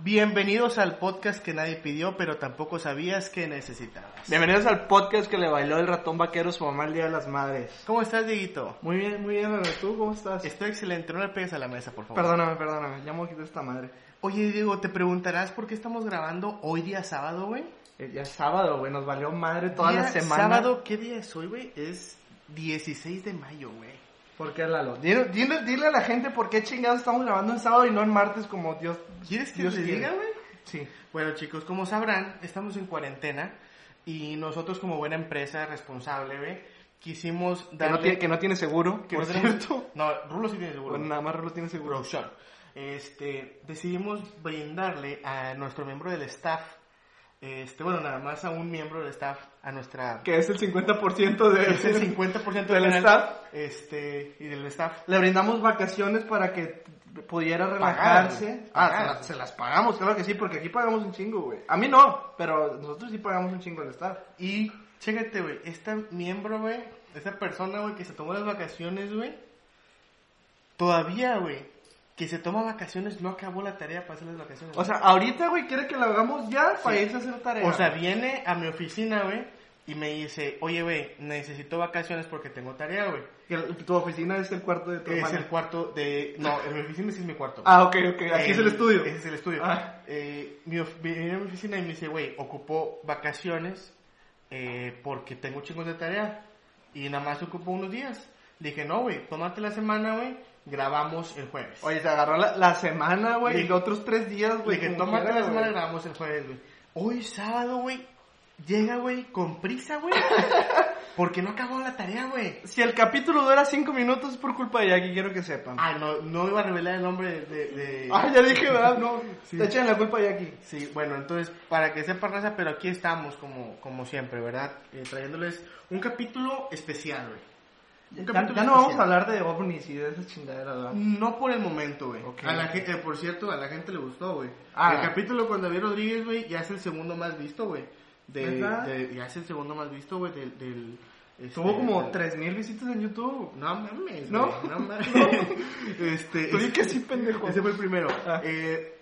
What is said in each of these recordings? Bienvenidos al podcast que nadie pidió, pero tampoco sabías que necesitabas. Bienvenidos al podcast que le bailó el ratón vaquero a su mamá el Día de las Madres. ¿Cómo estás, Dieguito? Muy bien, muy bien, Ana. ¿Tú cómo estás? Estoy excelente, no le pegues a la mesa, por favor. Perdóname, perdóname, ya me quité esta madre. Oye, Diego, te preguntarás por qué estamos grabando hoy día sábado, güey. Eh, Ya es sábado, güey, nos valió madre toda Día la semana. Sábado, ¿qué día es hoy, güey? Es 16 de mayo, güey. ¿Por qué, Lalo? Dile, dile, dile a la gente por qué chingados estamos grabando en sábado y no en martes como Dios... ¿Quieres que Dios te quiere. diga, güey? Sí. Bueno, chicos, como sabrán, estamos en cuarentena y nosotros como buena empresa responsable, güey, quisimos Que darle... no, tiene, que no tiene seguro, que Pues por por tenemos- cierto. No, Rulo sí tiene seguro. Bueno, nada más Rulo tiene seguro. Production. Este, decidimos brindarle a nuestro miembro del staff, este, bueno, nada más a un miembro del staff, a nuestra... Que es el 50% de... Es el 50% del Del canal, staff. Este, y del staff. Le brindamos vacaciones para que pudiera Pagadas, relajarse. güey. Ah, se Pagadas. las, se las pagamos, claro que sí, porque aquí pagamos un chingo, güey. A mí no, pero nosotros sí pagamos un chingo al estar. Y, chécate, güey, este miembro, güey, esta persona, güey, que se tomó las vacaciones, güey, todavía, güey, que se toma vacaciones, no acabó la tarea para hacer las vacaciones. O sea, ahorita, güey, quiere que la hagamos ya para irse a hacer tarea. O sea, viene a mi oficina, güey, y me dice, oye, güey, necesito vacaciones porque tengo tarea, güey. Que el- tu oficina es el cuarto de tu Es hermana. el cuarto de... No, en mi oficina sí es mi cuarto. Ah, ok, ok, aquí es el estudio. Ese es el estudio. Ah. Eh, mi of- viene a mi oficina y me dice, güey, ocupo vacaciones eh, porque tengo chingos de tarea y nada más ocupo unos días. Le dije, no, güey, tómate la semana, güey, grabamos el jueves. Oye, se agarró la, la semana, güey, Le- y los otros tres días, Le Pues, güey. dije, como tómate quiera, la semana, güey. grabamos el jueves, güey. Hoy sábado, güey, llega, güey, con prisa, güey, porque no acabó la tarea, güey. Si el capítulo dura cinco minutos es por culpa de Jackie, quiero que sepan. Ah, no, no iba a revelar el nombre de... de- Ah, ya dije, ¿verdad? No, Sí. te echan la culpa a Jackie. Sí, bueno, entonces, para que sepa raza, pero aquí estamos como, como siempre, ¿verdad? Eh, trayéndoles un capítulo especial, güey. Un Ya, capítulo ya no vamos especial. a hablar de ovnis y de esas chingaderas, ¿verdad? No por el momento, güey. Ok. A la gente, eh, por cierto, a la gente le gustó, güey. Ah. El capítulo con David Rodríguez, güey, ya es el segundo más visto, güey. De, ¿Verdad? de- ya es el segundo más visto, güey, del... del este, Tuvo como del- 3000 visitas en YouTube. No mames, ¿No? güey, no mames. este, Tú di es- que sí, pendejo. Ese fue el primero. Ah. Eh,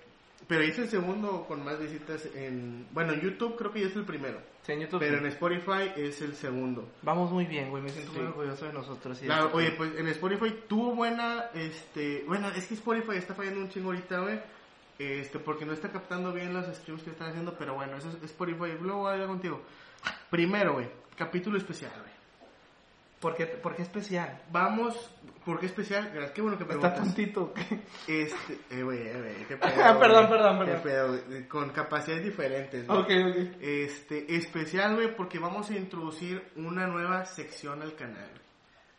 pero es el segundo con más visitas en... Bueno, en YouTube creo que ya es el primero. Sí, en YouTube. Pero en Spotify es el segundo. Vamos muy bien, güey. Me siento Sí. muy orgulloso de nosotros. y de La- este- oye, pues en Spotify tuvo buena, este... Bueno, es que Spotify está fallando un chingo ahorita, güey. Este, porque no está captando bien los streams que están haciendo, pero bueno, eso es Spotify. Luego voy a hablar contigo. Primero, güey, capítulo especial, güey. ¿Por qué, por qué especial? Vamos, ¿por qué especial? Gracias, qué bueno que Está preguntas. tontito. Este, eh, güey, eh, güey, qué Ah, pedo. perdón, güey. perdón, Qué perdón. pedo, güey, con capacidades diferentes, güey. ok, ok. Este, especial, güey, porque vamos a introducir una nueva sección al canal,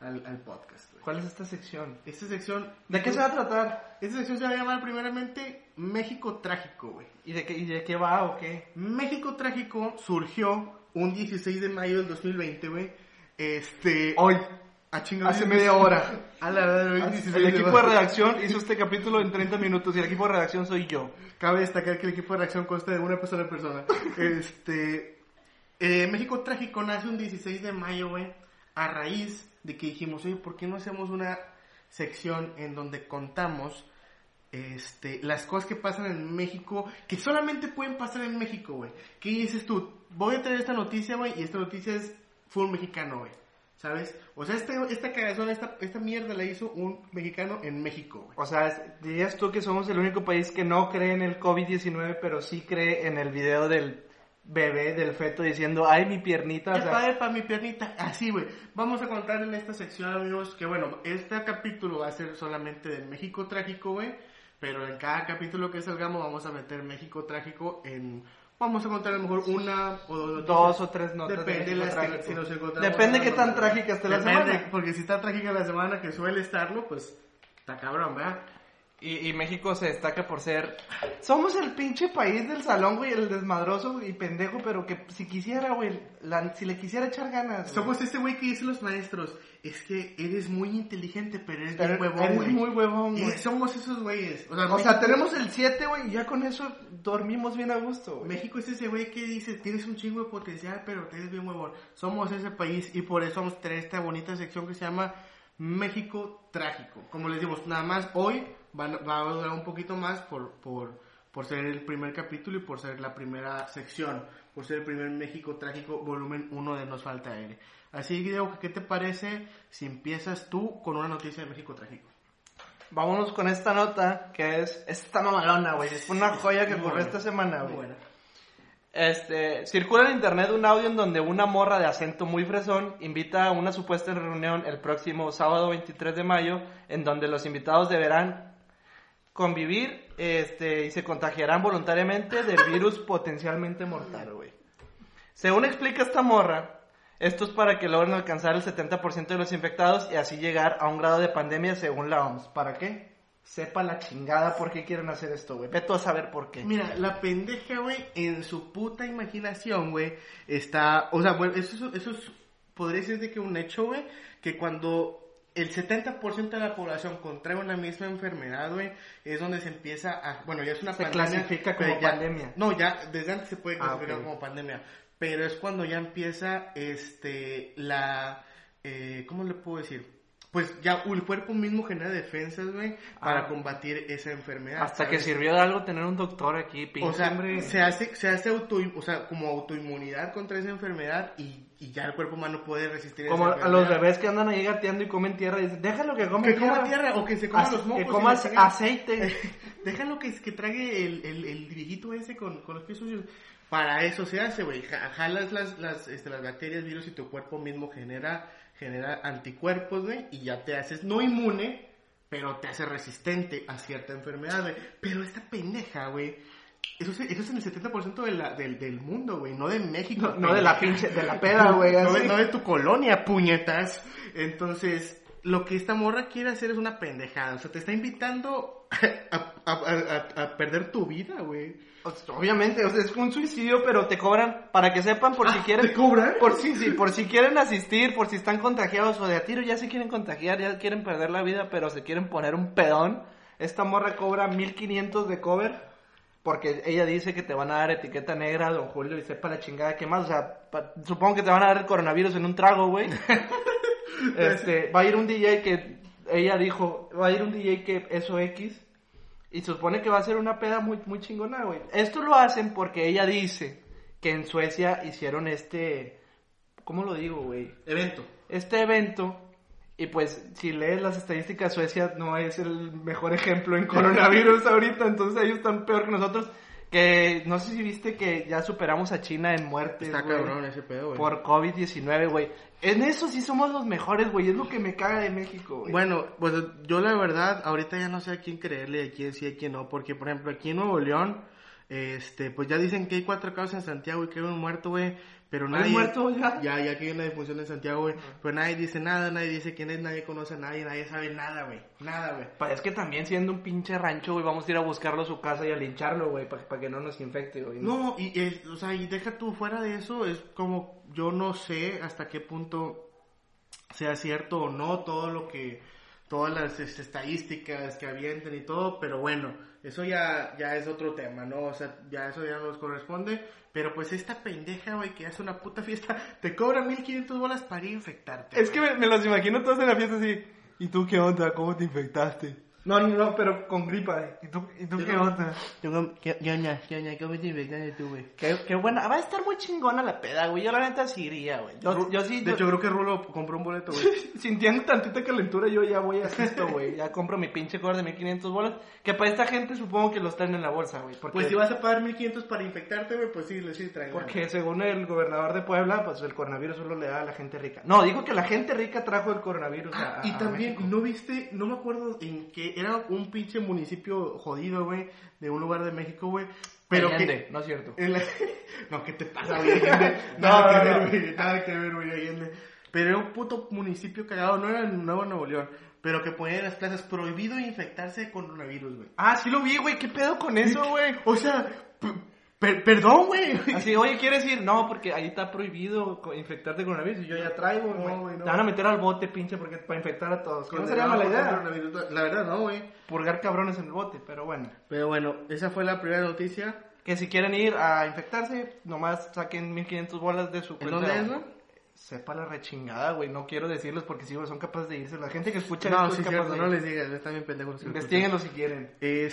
güey, al, al podcast, güey. ¿Cuál es esta sección? Esta sección... ¿De qué se va a tratar? Esta sección se va a llamar primeramente México Trágico, güey. ¿Y de qué, y de qué va o qué? México Trágico surgió un 16 de mayo del 2020, güey. Este... Hoy. a chingar- Hace media hora. A la verdad, güey, 16 Ah, El de equipo de mayo. redacción hizo este capítulo en 30 minutos y el equipo de redacción soy yo. Cabe destacar que el equipo de reacción consta de una persona persona. Este. eh, México Trágico nace un 16 de mayo, güey. A raíz de que dijimos, oye, ¿por qué no hacemos una sección en donde contamos este, las cosas que pasan en México, que solamente pueden pasar en México, güey? ¿Qué dices tú? Voy a traer esta noticia, güey, y esta noticia es full mexicano, güey. ¿Sabes? O sea, este, esta cagazón, esta, esta mierda la hizo un mexicano en México, güey. O sea, es- dirías tú que somos el único país que no cree en el COVID-19, pero sí cree en el video del bebé, del feto, diciendo, ay, mi piernita. o Epa, sea, epa, mi piernita. Así, güey. Vamos a contar en esta sección, amigos, que bueno, este capítulo va a ser solamente de México trágico, güey. Pero en cada capítulo que salgamos vamos a meter México trágico en... Vamos a contar a lo mejor una o dos noticias. dos o tres notas. Depende de de las México que- trágico. si nos encontramos Depende una qué tan nota. trágica esté la Depende, semana. Porque si está trágica la semana que suele estarlo, pues está cabrón, ¿verdad? Y, y México se destaca por ser. Somos el pinche país del salón, güey, el desmadroso y pendejo, pero que si quisiera, güey, la- si le quisiera echar ganas. güey. Somos ese güey que dicen los maestros, es que eres muy inteligente, pero eres Pero bien huevón, eres güey. muy huevón, güey. Eh, Somos esos güeyes. O sea, O sea, México- tenemos el 7, güey, y ya con eso dormimos bien a gusto, güey. México es ese güey que dice, tienes un chingo de potencial, pero eres bien huevón. Somos ese país y por eso vamos a tener esta bonita sección que se llama México Trágico. Como les digo, nada más hoy van- va a durar un poquito más por, por, por ser el primer capítulo y por ser la primera sección. Por ser el primer México Trágico, volumen 1 de Nos Falta Aire. Así que, Diego, ¿qué te parece si empiezas tú con una noticia de México Trágico? Vámonos con esta nota, que es esta mamalona, güey. Es una joya que Muy ocurrió buena. esta semana, Muy güey. buena. Este, circula en internet un audio en donde una morra de acento muy fresón invita a una supuesta reunión el próximo sábado 23 de mayo, en donde los invitados deberán convivir este, y se contagiarán voluntariamente del virus potencialmente mortal, güey. Según explica esta morra, esto es para que logren alcanzar el 70% de los infectados y así llegar a un grado de pandemia según la OMS. ¿Para qué? Sepa la chingada por qué quieren hacer esto, güey. Ve tú a saber por qué. Mira, la pendeja, güey, en su puta imaginación, güey, está... O sea, bueno, eso, es- eso es- podría ser de que un hecho, güey, que cuando el 70% de la población contrae una misma enfermedad, güey, es donde se empieza a... Bueno, ya es una Se clasifica pero como ya- pandemia. No, ya desde antes se puede Ah, clasificar ok. como pandemia, pero es cuando ya empieza, este, la... eh, ¿Cómo le puedo decir? Pues ya el cuerpo mismo genera defensas, güey, para Ah. combatir esa enfermedad. Hasta que ¿sabes? sirvió de algo tener un doctor aquí, pinche O sea, hombre. se hace, se hace auto, o sea, como autoinmunidad contra esa enfermedad y, y ya el cuerpo humano puede resistir Como esa a los enfermedad. bebés que andan ahí gateando y comen tierra, dicen, déjalo que coman Que coma tierra o que se coma As- los mocos. que y coma los trague. aceite. Déjalo que, que trague el, el, el viejito ese con, con los pies sucios. Para eso se hace, güey. Ja- Jalas las, las, este, las bacterias, virus y tu cuerpo mismo genera, genera anticuerpos, güey. Y ya te haces no inmune, pero te hace resistente a cierta enfermedad, güey. Pero esta pendeja, güey. Eso es, eso es en el 70% de la- del, del mundo, güey. No de México. No de la pendeja. pinche, de la peda, güey. No, de- así. no de tu colonia, puñetas. Entonces, lo que esta morra quiere hacer es una pendejada. O sea, te está invitando a, a- a- a- a perder tu vida, güey. O sea, Obviamente, o sea, es un suicidio, pero te cobran, para que sepan, por si Ah, quieren... ¿te cobran? Por si, sí, por si quieren asistir, por si están contagiados o de a tiro, ya se quieren contagiar, ya quieren perder la vida, pero se quieren poner un pedón. Esta morra cobra 1500 de cover, porque ella dice que te van a dar etiqueta negra, don Julio, y sepa la chingada que más, o sea, pa- supongo que te van a dar el coronavirus en un trago, güey. Este, va a ir un DJ que ella dijo, va a ir un DJ que eso X y se supone que va a ser una peda muy muy chingona, güey. Esto lo hacen porque ella dice que en Suecia hicieron este ¿cómo lo digo, güey? Evento. Este evento y pues si lees las estadísticas Suecia no es el mejor ejemplo en coronavirus ahorita, entonces ellos están peor que nosotros. Que no sé si viste que ya superamos a China en muertes, Está güey. cabrón ese pedo, güey. Por COVID-19, güey. En eso sí somos los mejores, güey. Es lo que me caga de México, güey. Bueno, pues yo la verdad, ahorita ya no sé a quién creerle, a quién sí, a quién no, porque por ejemplo aquí en Nuevo León, este, pues ya dicen que hay cuatro casos en Santiago y que hay un muerto, güey, pero nadie... ¿Hay muerto ya? Ya, ya que hay una defunción en Santiago, güey, pero nadie dice nada, nadie dice quién es, nadie conoce a nadie, nadie sabe nada, güey, nada, güey. Pa- Es que también siendo un pinche rancho, güey, vamos a ir a buscarlo a su casa y a lincharlo, güey, para que no nos infecte, güey. No, y, es- o sea, y deja tú fuera de eso, es como yo no sé hasta qué punto sea cierto o no todo lo que, todas las este, estadísticas que avienten y todo, pero bueno, eso ya, ya es otro tema, ¿no? O sea, ya eso ya nos corresponde, pero pues esta pendeja, güey, que hace una puta fiesta, te cobra 1500 bolas para ir a infectarte. Es que me, me los imagino todos en la fiesta así. ¿Y tú qué onda? ¿Cómo te infectaste? No, no, no, pero con gripa, eh. ¿Y tú, y tú Yo qué no- onda? Yo, ¿qué, qué onda? ¿Qué onda? ¿Cómo te infectaste tú, güey? Qué, qué buena. Va a estar muy chingona la peda, güey. Yo la neta sí iría, güey. Yo, yo sí. De yo- hecho, creo que Rulo compró un boleto, güey. Sintiendo tantita calentura, yo ya voy a esto, güey. Ya compro mi pinche cover de 1500 bolas. Que para esta gente supongo que los traen en la bolsa, güey. porque- Pues si vas a pagar 1500 para infectarte, güey, pues sí, lo sí, trae. Porque según el gobernador de Puebla, pues el coronavirus solo le da a la gente rica. No, dijo que la gente rica trajo el coronavirus. Ah, a- a- y a también, México. ¿no viste? No me acuerdo en qué. Era un pinche municipio jodido, güey. De un lugar de México, güey. Pero Allende, que. Eh, no es cierto. en la- no, ¿qué te pasa, güey? Allende? No, Nada no, que no. ver, güey. Nada que ver, güey, Allende. Pero era un puto municipio cagado. No era en Nuevo Nuevo León. pero que ponían en las plazas prohibido infectarse de coronavirus, güey. Ah, sí lo vi, güey. ¿Qué pedo con eso, güey? O sea, p- per- perdón, güey. Así, oye, ¿quieres ir? No, porque ahí está prohibido co- infectarte con coronavirus y yo ya traigo, No, güey. güey, no. Te van a meter al bote, pinche, porque para infectar a todos. Que no Condenado sería mala por idea. coronavirus. La verdad, no, güey. Purgar cabrones en el bote, pero bueno. Pero bueno, esa fue la primera noticia. Que si quieren ir a infectarse, nomás saquen 1500 bolas de su ¿En cuenta. dónde es, güey? Sepa la rechingada, güey. No quiero decirles porque sí, güey, son capaces de irse. La gente que escucha No, esto sí, es capaz cierto, de no ir. les digas, están bien pendejos. Investíguenlo si quieren. Eh,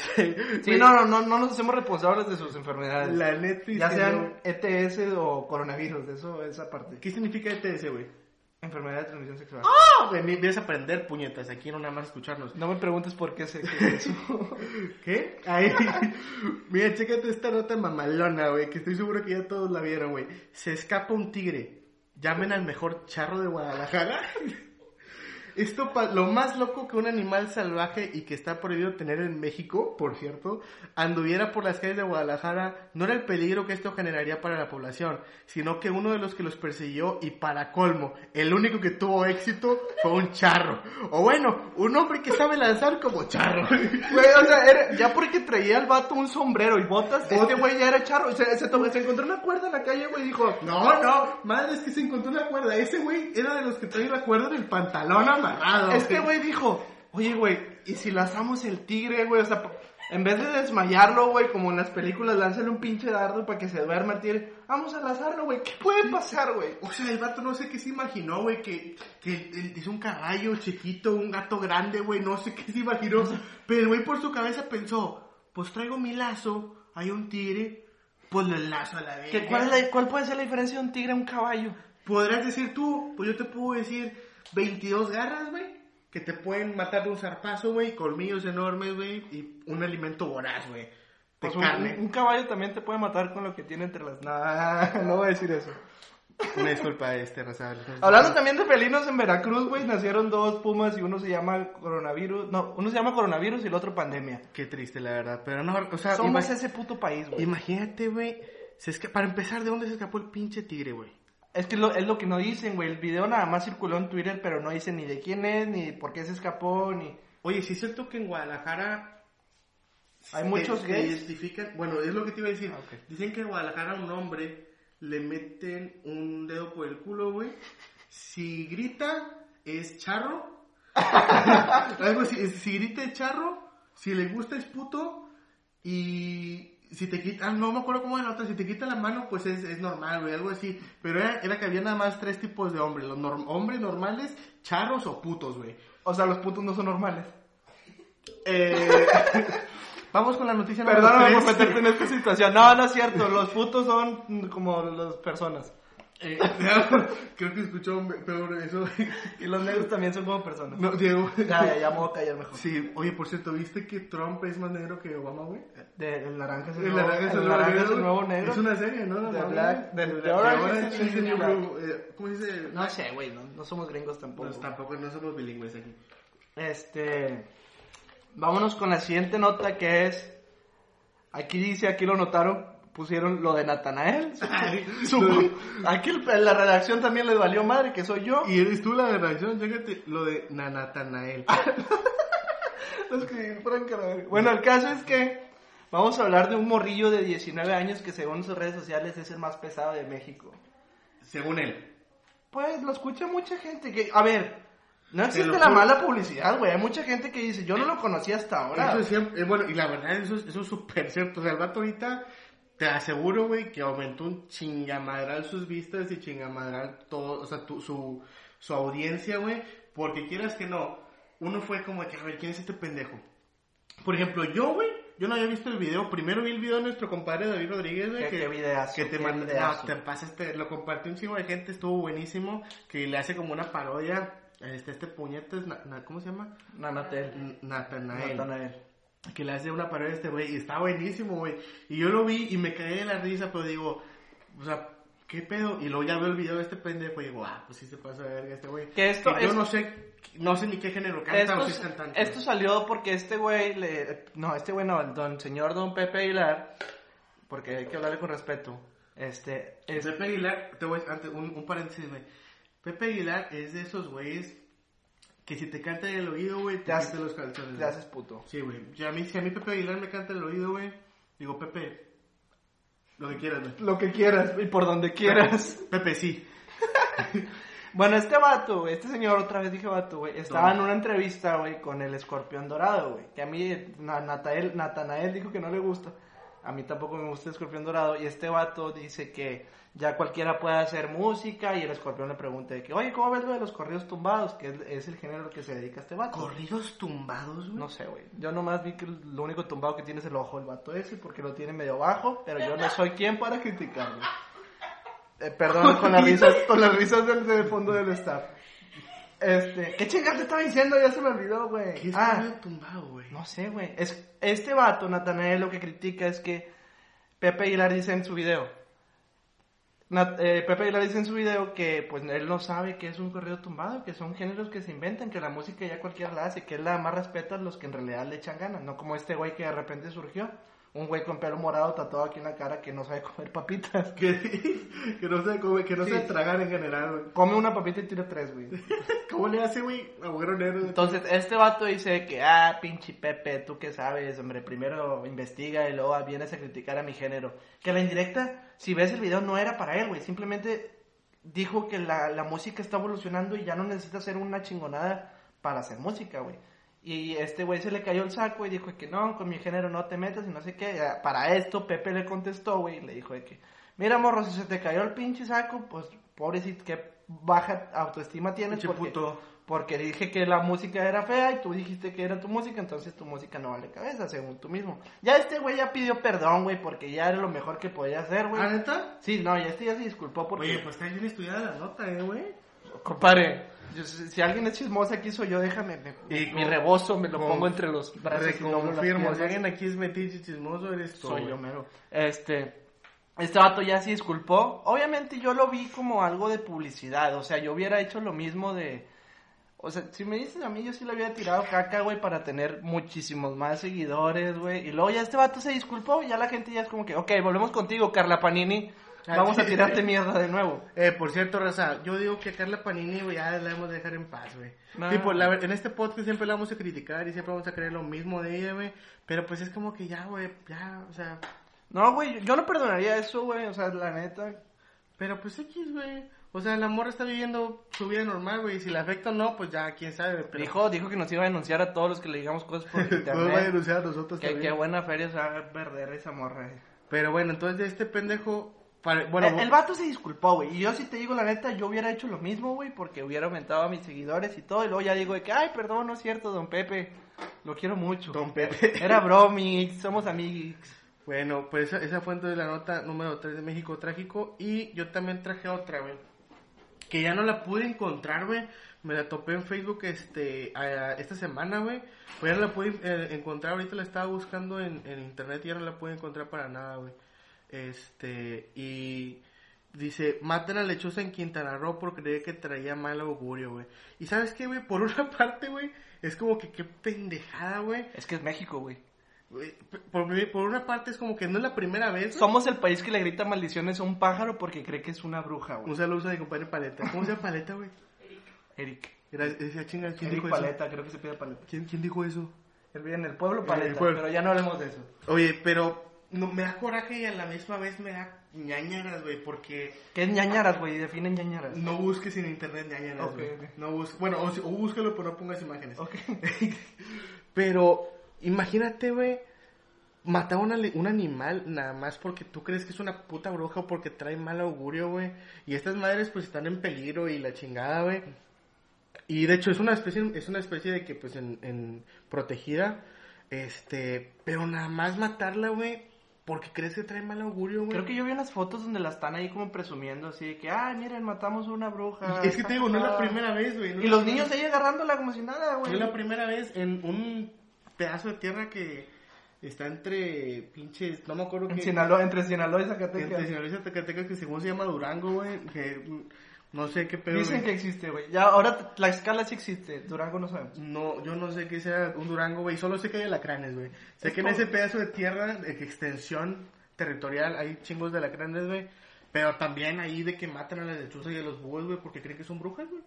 Sí, no, no, no, no nos hacemos responsables de sus enfermedades. La Netflix. ya que sean ETS o coronavirus, de eso, esa no- parte. ¿Qué significa ETS, güey? Enfermedad de transmisión sexual. ¡Ah! Güey, me vienes a aprender puñetas, aquí no nada más escucharnos. No me preguntes por qué sé que es eso. ¿Qué? Ahí. Mira, chécate esta nota mamalona, güey, que estoy seguro que ya todos la vieron, güey. Se escapa un tigre. Llamen al mejor charro de Guadalajara. Esto, pa- lo más loco que un animal salvaje y que está prohibido tener en México, por cierto, anduviera por las calles de Guadalajara, no era el peligro que esto generaría para la población, sino que uno de los que los persiguió y para colmo, el único que tuvo éxito fue un charro. O bueno, un hombre que sabe lanzar como charro. Güey, o sea, era- ya porque traía al vato un sombrero y botas, este güey ya era charro. Se, se, tomó- se encontró una cuerda en la calle, güey, y dijo, No, no, madre, es que se encontró una cuerda. Ese güey era de los que traía la cuerda en el pantalón amarrado. Este güey dijo, oye, güey, ¿y si lanzamos el tigre, güey? O sea, po- en vez de desmayarlo, güey, como en las películas, lánzale un pinche dardo para que se duerma el tigre. Vamos a lanzarlo, güey. ¿Qué puede pasar, güey? O sea, el vato no sé qué se imaginó, güey, que, que el- es un caballo chiquito, un gato grande, güey, no sé qué se imaginó. Pero el güey por su cabeza pensó, pues traigo mi lazo, hay un tigre, pues lo enlazo a la vez. ¿Qué- cuál, es la- cuál puede ser la diferencia de un tigre a un caballo? Podrás decir tú, pues yo te puedo decir 22 garras, güey, que te pueden matar de un zarpazo, güey, colmillos enormes, güey, y un alimento voraz, güey, de Pues un, carne. un caballo también te puede matar con lo que tiene entre las... Nah, no voy a decir eso. Una disculpa, este, Raza. Hablando también de felinos en Veracruz, güey, nacieron dos pumas y uno se llama coronavirus, no, uno se llama coronavirus y el otro pandemia. Qué triste, la verdad. Pero no, o sea, Somos imag- ese puto país, güey. imagínate, güey. se esca- Para empezar, ¿de dónde se escapó el pinche tigre, güey? Es que lo- es lo que no dicen, güey. El video nada más circuló en Twitter, pero no dicen ni de quién es, ni por qué se escapó, ni... Oye, sí es cierto que en Guadalajara. Hay te- muchos te gays. identifican- Bueno, es lo que te iba a decir. Ah, ok. Dicen que en Guadalajara a un hombre le meten un dedo por el culo, güey. Si grita, es charro. Algo así. Si grita, es charro. Si le gusta, es puto. Y si te quita, ah, no me acuerdo cómo era la otra, si te quita la mano, pues es, es normal, güey, algo así. Pero era, era que había nada más tres tipos de hombres, los norm- hombres normales, charros o putos, güey. O sea, los putos no son normales. Eh, vamos con la noticia número Perdóname por tres. meterte en esta situación. No, no es cierto. Los putos son mm, como las personas. Eh, creo que escuchó me- peor eso. Y los negros también son como personas. No, Diego. Ya, ya, ya me voy a callar mejor. Sí, oye, por cierto, ¿viste que Trump es más negro que Obama, güey? De- el naranja es el, El nuevo, naranja es el el naranja nuevo es el nuevo negro. negro. Es una serie, ¿no? La The mamá, Black- güey. The- The The Orange Orange is the is the New Black. Blue, eh, ¿Cómo se dice? No sé, güey. No, no somos gringos tampoco. Pues tampoco, no somos bilingües aquí. Este. Vámonos con la siguiente nota que es. Aquí dice, aquí lo notaron, pusieron lo de Natanael. Su- aquí el- la redacción también les valió madre, que soy yo. Y eres tú la de reacción, chécate lo de Nanatanael. Lo escribí Frank a la verga. Bueno, el caso es que vamos a hablar de un morrillo de 19 años que según sus redes sociales es el más pesado de México. Según él. Pues lo escucha mucha gente que, a ver, no existe lo la juro. mala publicidad, güey. Hay mucha gente que dice, yo no lo conocía hasta ahora. Eso es siempre- eh, bueno, y la verdad, eso, es- eso es súper cierto. O sea, el vato ahorita, te aseguro, güey, que aumentó un chingamadral sus vistas y chingamadral todo, o sea, tu- su, su audiencia, güey. Porque quieras que no, uno fue como de que, a ver, ¿quién es este pendejo? Por ejemplo, yo, güey, yo no había visto el video. Primero vi el video de nuestro compadre David Rodríguez, güey. Qué- qué videazo, Que te qué manda- videazo. no, te pasaste, lo compartió un chingo de gente, estuvo buenísimo. Que le hace como una parodia a este, este puñetes, na- na- ¿cómo se llama? Nanatel. N- Natanael Natanael. que le hace una parodia a este güey y está buenísimo, güey. Y yo lo vi y me caí de la risa, pero digo, o sea, ¿qué pedo? Y luego ya veo el video de este pendejo y digo, ah, pues sí se pasa de verga este güey. Que esto Y yo es- no sé, no sé ni qué género canta o Esto, si es cantante. esto salió porque este güey, le- no, este güey no, el don señor don Pepe Aguilar, porque hay que hablarle con respeto, este, es- Pepe Aguilar, te voy antes, un, un paréntesis, güey. Pepe Aguilar es de esos güeyes Que si te canta en el oído, güey, te, Te haces haces- los calzones. Te güey. haces puto. Sí, güey. Ya a mí, si a mí Pepe Aguilar me canta en el oído, güey, digo, Pepe, lo que quieras, güey. Lo que quieras y por donde quieras. Pepe, sí. Bueno, este vato, güey, este señor, otra vez dije vato, güey, estaba No. en una entrevista, güey, con el escorpión dorado, güey. Que a mí, Na- Natael, Natanael dijo que no le gusta. A mí tampoco me gusta el escorpión dorado. Y este vato dice que ya cualquiera puede hacer música. Y el escorpión le pregunta de que, oye, ¿cómo ves lo de los corridos tumbados? Que es, es el género al que se dedica este vato. Corridos tumbados, Pues, güey. No sé, güey. Yo nomás vi que lo único tumbado que tiene es el ojo el vato ese, porque lo tiene medio bajo, pero yo no soy quien para criticarlo. Eh, perdón, con las risas, con las risas del, del fondo del staff. Este, ¿qué chingados te estaba diciendo? Ya se me olvidó, ¿Qué güey. es Ah, corrido tumbado, güey? no sé, güey. Es, este vato, Natanael, lo que critica es que Pepe Aguilar dice en su video. Nat- eh, Pepe Aguilar dice en su video que pues él no sabe que es un corrido tumbado, que son géneros que se inventan, que la música ya cualquiera la hace, que él nada más respeta a los que en realidad le echan ganas, no como este güey que de repente surgió, un güey con pelo morado tatuado aquí en la cara que no sabe comer papitas. Que, que no se come, que no Sí. se tragar en general, güey. Come una papita y tira tres, güey. ¿Cómo le hace, güey? Agujero negro. Entonces, este vato dice que, ah, pinche Pepe, tú qué sabes, hombre, primero investiga y luego vienes a criticar a mi género. Que la indirecta, si ves el video, no era para él, güey. Simplemente dijo que la, la música está evolucionando y ya no necesita hacer una chingonada para hacer música, güey. Y este güey se le cayó el saco y dijo que no, con mi género no te metas y no sé qué. Ya, Para esto, Pepe le contestó, güey, y le dijo de que, mira, morro, si se te cayó el pinche saco, pues, pobrecito, qué baja autoestima tienes. Pinche porque- puto. porque dije que la música era fea y tú dijiste que era tu música, entonces tu música no vale cabeza, según tú mismo. Ya este güey ya pidió perdón, güey, porque ya era lo mejor que podía hacer, ¿Ah, güey. neta? Sí, no, ya este ya se disculpó porque... Oye, pues está bien estudiada la nota, eh, güey. Compadre, yo- si si alguien es chismosa aquí soy yo, déjame me, Y mi con- rebozo, me lo con- pongo entre los brazos y doblo las Reconfirmo, piernas. si alguien aquí es metiche chismoso, eres tú. Soy güey. yo mero. Este, este vato ya se disculpó. Obviamente yo lo vi como algo de publicidad. O sea, yo hubiera hecho lo mismo de... O sea, si me dices a mí, yo sí le hubiera tirado caca, güey, para tener muchísimos más seguidores, güey. Y luego ya este vato se disculpó. Ya la gente ya es como que, ok, volvemos contigo, Carla Panini. Ah, Vamos a sí. tirarte mierda de nuevo. Eh, por cierto, Raza, yo digo que a Carla Panini, güey, ya la hemos de dejar en paz, güey. No. Tipo, la ver- en este podcast siempre la vamos a criticar y siempre vamos a creer lo mismo de ella, güey. Pero pues es como que ya, güey, ya, o sea. No, güey, yo no perdonaría eso, güey. O sea, la neta. Pero pues X, güey. O sea, la morra está viviendo su vida normal, güey. y Si le afecta o no, pues ya, quién sabe. Pero Dijo, dijo que nos iba a denunciar a todos los que le digamos cosas por no va a internet. denunciar a nosotros que, también. qué buena feria se va a perder esa morra, eh. Pero bueno, entonces de este pendejo. para- bueno, el, el vato se disculpó, güey. Y yo si te digo la neta, yo hubiera hecho lo mismo, güey, porque hubiera aumentado a mis seguidores y todo. Y luego ya digo de que, ay, perdón, no es cierto, don Pepe. Lo quiero mucho. Don Pepe. Era bromix, somos amigos. Bueno, pues esa, esa fue entonces la nota número 3 de México Trágico. Y yo también traje otra, güey. Que ya no la pude encontrar, güey. Me la topé en Facebook este, a- esta semana, güey. Pues ya no la pude eh, encontrar. Ahorita la estaba buscando en, en internet y ya no la pude encontrar para nada, güey. Este, y dice, maten a lechuza en Quintana Roo por creer que traía mal augurio, güey. Y sabes qué, güey, por una parte, güey, es como que qué pendejada, güey. Es que es México, güey. Güey, Por, por una parte es como que no es la primera vez. güey. Somos el país que le grita maldiciones a un pájaro porque cree que es una bruja, Un güey. saludo usa de compadre Paleta. ¿Cómo se llama Paleta, güey? Eric. Gracias, esa chinga, ¿quién Eric dijo eso? Paleta, creo que se pide Paleta. ¿Quién, quién dijo eso? Él vive en el pueblo En el Paleta, pueblo. pero ya no hablemos de eso. Oye, pero no, me da coraje y a la misma vez me da ñañaras, güey, porque ¿Qué es ñañaras, güey? Definen ñañaras. no busques en internet ñañaras, Ok, güey. ok. No bus- bueno, o, si- o búscalo, pero no pongas imágenes. Ok. Pero imagínate, güey, matar a una le- un animal nada más porque tú crees que es una puta bruja o porque trae mal augurio, güey. Y estas madres pues están en peligro y la chingada, güey. Y de hecho es una especie, es una especie de que pues en, en protegida, este, pero nada más matarla, güey, porque crees que trae mal augurio, güey. Creo que yo vi unas fotos donde la están ahí como presumiendo, así de que, ay, miren, matamos una bruja. Y es que está te digo, no es la casada". primera vez, güey. no es Ah. Y la los primera niños ahí agarrándola como si nada, Fue la güey. primera vez en un pedazo de tierra que está entre pinches, no me acuerdo En qué. Sinaloa, entre Sinaloa y Zacatecas. Entre Sinaloa y Zacatecas, que según se llama Durango, güey. Que mm, no sé qué pedo. Dicen que güey. existe, güey. Ya, ahora la escala sí existe. Durango no sabemos. No, yo no sé qué sea un Durango, güey. Solo sé que hay alacranes, güey. Sé Es que en como- ese pedazo de tierra, de extensión territorial, hay chingos de alacranes, güey. Pero también ahí de que matan a las lechuzas y a los búhos, güey, porque creen que son brujas, güey.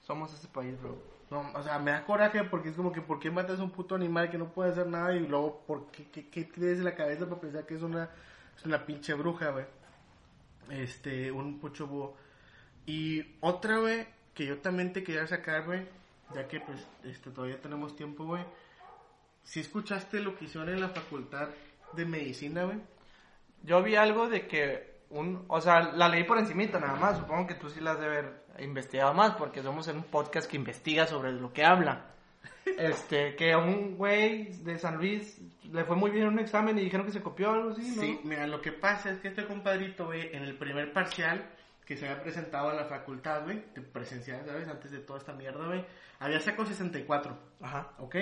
Somos ese país, bro. No, o sea, me da coraje porque es como que, ¿por qué matas a un puto animal que no puede hacer nada? Y luego, ¿por qué, qué, qué tienes en la cabeza para pensar que es una, es una pinche bruja, güey? Este, un pucho búho. Y otra, güey, que yo también te quería sacar, güey, ya que, pues, este, todavía tenemos tiempo, güey. Si escuchaste lo que hicieron en la facultad de medicina, güey. Yo vi algo de que un, o sea, la leí por encimita nada más, supongo que tú sí la has de haber investigado más porque somos en un podcast que investiga sobre lo que habla. Este, que a un güey de San Luis le fue muy bien en un examen y dijeron que se copió algo así, ¿no? Sí, mira, lo que pasa es que este compadrito, güey, en el primer parcial que se había presentado a la facultad, güey, de presencial, ¿sabes? Antes de toda esta mierda, güey, había sacado 64, Ajá. ¿ok?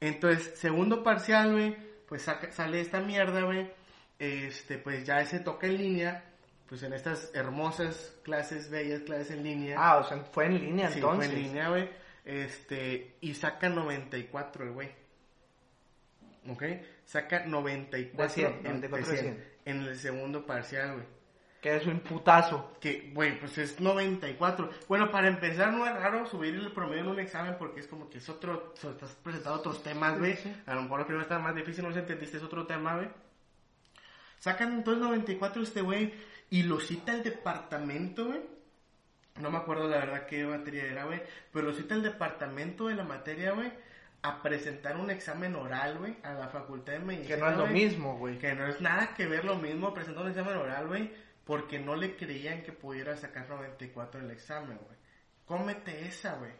Entonces, segundo parcial, güey, pues saca- sale esta mierda, güey, este, pues ya ese toque en línea, pues en estas hermosas clases, bellas clases en línea. Ah, o sea, fue en línea Sí, entonces. fue en línea, güey. Este, y saca 94 el güey. ¿Ok? Saca 94 De 100, en- 94 de 100. en el segundo parcial, güey. Que es un putazo. Que, güey, pues es 94. Bueno, para empezar, no es raro subir el promedio en un examen porque es como que es otro, so- estás presentando otros temas, güey. Sí. A lo mejor la primera está más difícil, no se entendiste, es otro tema, güey. Sacan entonces 94 este güey y lo cita el departamento, güey. No me acuerdo la verdad qué materia era, güey. Pero lo cita el departamento de la materia, güey, a presentar un examen oral, güey, a la facultad de medicina. Que no es lo güey. mismo, güey. Que no es nada que ver lo mismo presentar un examen oral, güey, porque no le creían que pudiera sacar 94 en el examen, güey. Cómete esa, güey.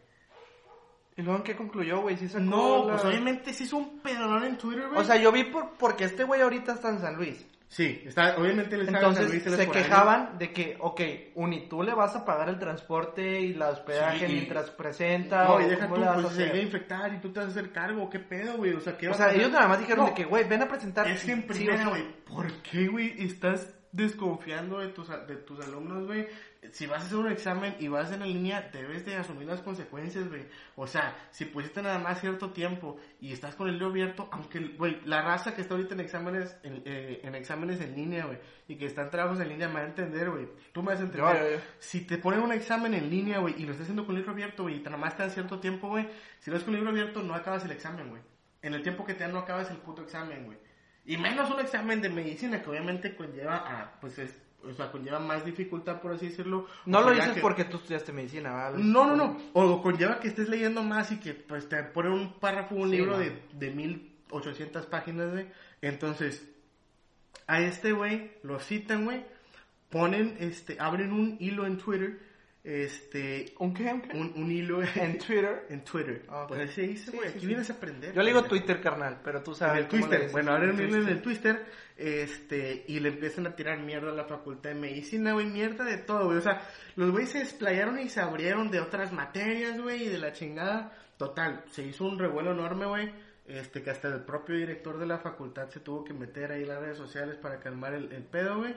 ¿Y luego en qué concluyó, güey? ¿Sí sacó No, la- pues obviamente se hizo un pedalón en Twitter, güey. O sea, yo vi por, porque este güey ahorita está en San Luis. sí, está, obviamente le estaba San Entonces Luis, él es se foráneo. quejaban de que, ok, Uni, tú le vas a pagar el transporte y la hospedaje Sí, y- mientras presenta. No, o y deja cómo tú, le vas a pues se hacer? llega a infectar y tú te vas a hacer cargo, qué pedo, güey. O sea, ¿qué O va a sea, pasar? ellos nada más dijeron No, de que, güey, ven a presentar. Es que en Sí, o primera, sea, güey, ¿por qué, güey, estás desconfiando de tus, a- de tus alumnos, güey? Si vas a hacer un examen y vas en la línea, debes de asumir las consecuencias, güey. O sea, si pusiste nada más cierto tiempo y estás con el libro abierto, aunque, güey, la raza que está ahorita en exámenes en, eh, en exámenes en línea, güey, y que están trabajos en línea, me va a entender, güey. Tú me vas a entender. Yo, yo, yo. Si te ponen un examen en línea, güey, y lo estás haciendo con libro abierto, güey, y nada más te dan cierto tiempo, güey, si lo haces con libro abierto, no acabas el examen, güey. En el tiempo que te dan, no acabas el puto examen, güey. Y menos un examen de medicina, que obviamente conlleva a, pues es, o sea, conlleva más dificultad, por así decirlo. No O lo sea, ya dices que- porque tú estudiaste medicina, ¿verdad? No, no, no. O conlleva que estés leyendo más y que, pues, te ponen un párrafo, un Sí, libro no. de, de 1800 páginas, güey. Entonces, a este güey, lo citan, güey, ponen, este, abren un hilo en Twitter, este, ¿Un qué? ¿Un qué? un, un hilo En Twitter. en Twitter. Ah, ok. Pues ahí se dice, Sí, güey, sí, aquí sí. vienes a aprender. Yo le digo pendejo. Twitter, carnal, pero tú En sabes. el cómo le Twitter, dices. bueno, ahora En en el, Twister. en el Twitter, este, y le empiezan a tirar mierda a la facultad de medicina, güey, mierda de todo, güey, o sea, los güeyes se desplayaron y se abrieron de otras materias, güey, y de la chingada, total, se hizo un revuelo enorme, güey, este, que hasta el propio director de la facultad se tuvo que meter ahí en las redes sociales para calmar el, el pedo, güey,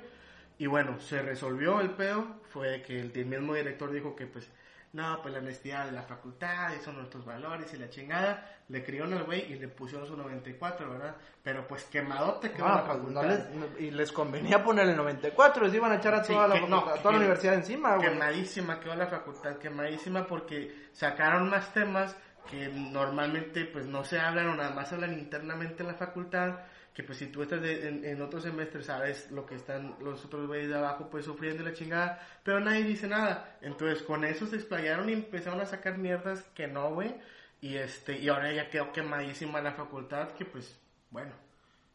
y bueno, se resolvió el pedo, fue que el mismo director dijo que, pues, no, pues la honestidad de la facultad, y son nuestros valores y la chingada. Le criaron al güey y le pusieron su 94, ¿verdad? Pero pues quemadote que va Ah, la pues, no facultad. les- no- y les convenía ponerle 94, les iban a echar a Sí, toda, la, que no, facultad- a que- toda la universidad encima, güey. Quemadísima quedó la facultad, quemadísima porque sacaron más temas que normalmente pues no se hablan o nada más hablan internamente en la facultad. Que pues si tú estás de- en, en otro semestre sabes lo que están los otros güeyes de abajo pues sufriendo y la chingada, pero nadie dice nada. Entonces con eso se explayaron y empezaron a sacar mierdas que no, güey. Y este, y ahora ya quedó quemadísima la facultad que pues, bueno,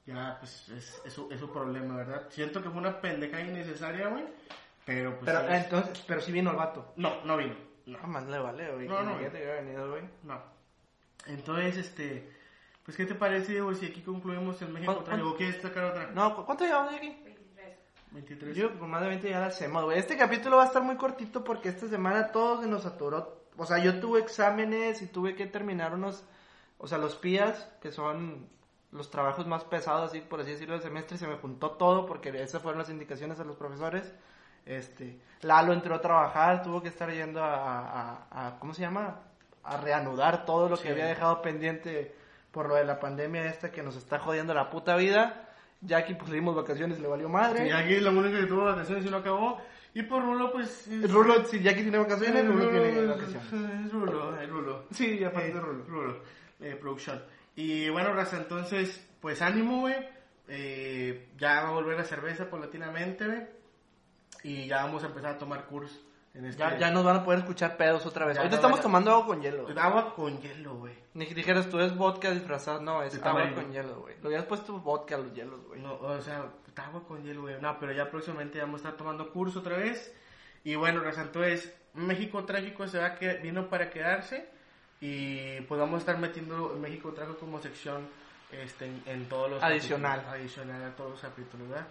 ya pues es, es, su, es su problema, ¿verdad? Siento que fue una pendeja innecesaria, güey. Pero pues Pero sí, es- entonces, pero sí vino el vato. no, no vino. No, Ah, más le vale, güey. No, no, Imagínate que hubiera venido, güey. no. Entonces, este. Pues, ¿qué te parece, güey? Si aquí concluimos el México ¿Cuán- otra vez. cuán- ¿O quieres sacar otra? No, ¿cu- ¿cuánto llevamos de aquí? 23. Yo con más de 20 ya la hacemos, güey. Este capítulo va a estar muy cortito porque esta semana todo se nos saturó. O sea, yo tuve exámenes y tuve que terminar unos, o sea, los PIAs, que son los trabajos más pesados, así por así decirlo, del semestre. Se me juntó todo porque esas fueron las indicaciones a los profesores. Este, Lalo entró a trabajar, tuvo que estar yendo a, a- a- a- ¿cómo se llama? A reanudar todo lo Sí. que había dejado pendiente por lo de la pandemia esta que nos está jodiendo la puta vida. Jackie, pues le dimos vacaciones, le valió madre. Y aquí es la única que tuvo vacaciones y no acabó. Y por Rulo, pues. es- Rulo, si Jackie tiene vacaciones, Rulo tiene vacaciones. Es Rulo, es Rulo. Sí, aparte Eh, de Rulo. Rulo, eh, Production. Y bueno, Raza, entonces, pues ánimo, güey. Eh, ya va a volver la cerveza paulatinamente, güey. Y ya vamos a empezar a tomar curso en este. Ya, ya nos van a poder escuchar pedos otra vez. Ya, Ahorita ya, estamos ya. tomando agua con hielo. Agua con hielo, güey. Ni que dijeras tú es vodka disfrazado, no, es De agua tamarindo. con hielo, güey. Lo hubieras puesto vodka a los hielos, güey. No, o sea, puta, agua con hielo, güey. No, pero ya próximamente vamos a estar tomando curso otra vez. Y bueno, Raza, entonces, México Trágico se va que vino para quedarse. Y pues vamos a estar metiendo México Trágico como sección este, en, en todos los. Adicional. capítulos. adicional a todos los capítulos, ¿verdad?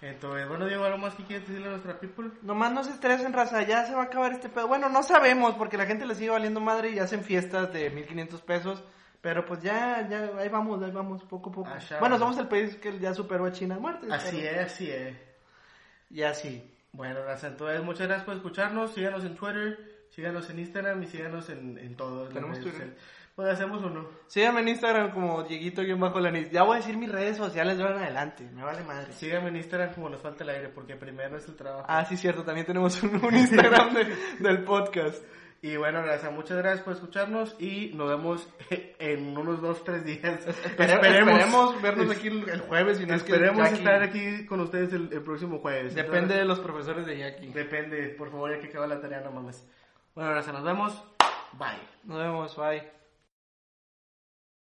Entonces, bueno, Diego, ¿algo más que quieres decirle a nuestra people? Nomás no se estresen, raza, ya se va a acabar este pedo. Bueno, no sabemos, porque la gente le sigue valiendo madre y hacen fiestas de 1500 pesos. Pero pues ya, ya, ahí vamos, ahí vamos, poco a poco. Allá bueno, vamos. somos el país que ya superó a China en muertes. Así pero- es, así es. Y así. Bueno, Raza, entonces, muchas gracias por escucharnos. Síganos en Twitter, síganos en Instagram y síganos en, en todos. ¿Tenemos los Twitter? Pues hacemos uno. Síganme en Instagram como Dieguito-Lanis. Ya voy a decir mis redes sociales de ahora en adelante, me vale madre. Síganme en Instagram como nos falta el aire, porque primero es el trabajo. Ah, sí, cierto, también tenemos un, un Instagram de- del podcast. Y bueno, gracias, muchas gracias por escucharnos y nos vemos en unos dos, tres días. Espere- esperemos vernos aquí el, el jueves. Si no es que Esperemos Jackie- estar aquí con ustedes el, el próximo jueves. Depende de los profesores de Jackie. Entonces, depende, por favor, ya que acaba la tarea, no mames. Bueno, gracias, nos vemos. Bye. Nos vemos, bye.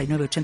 906985.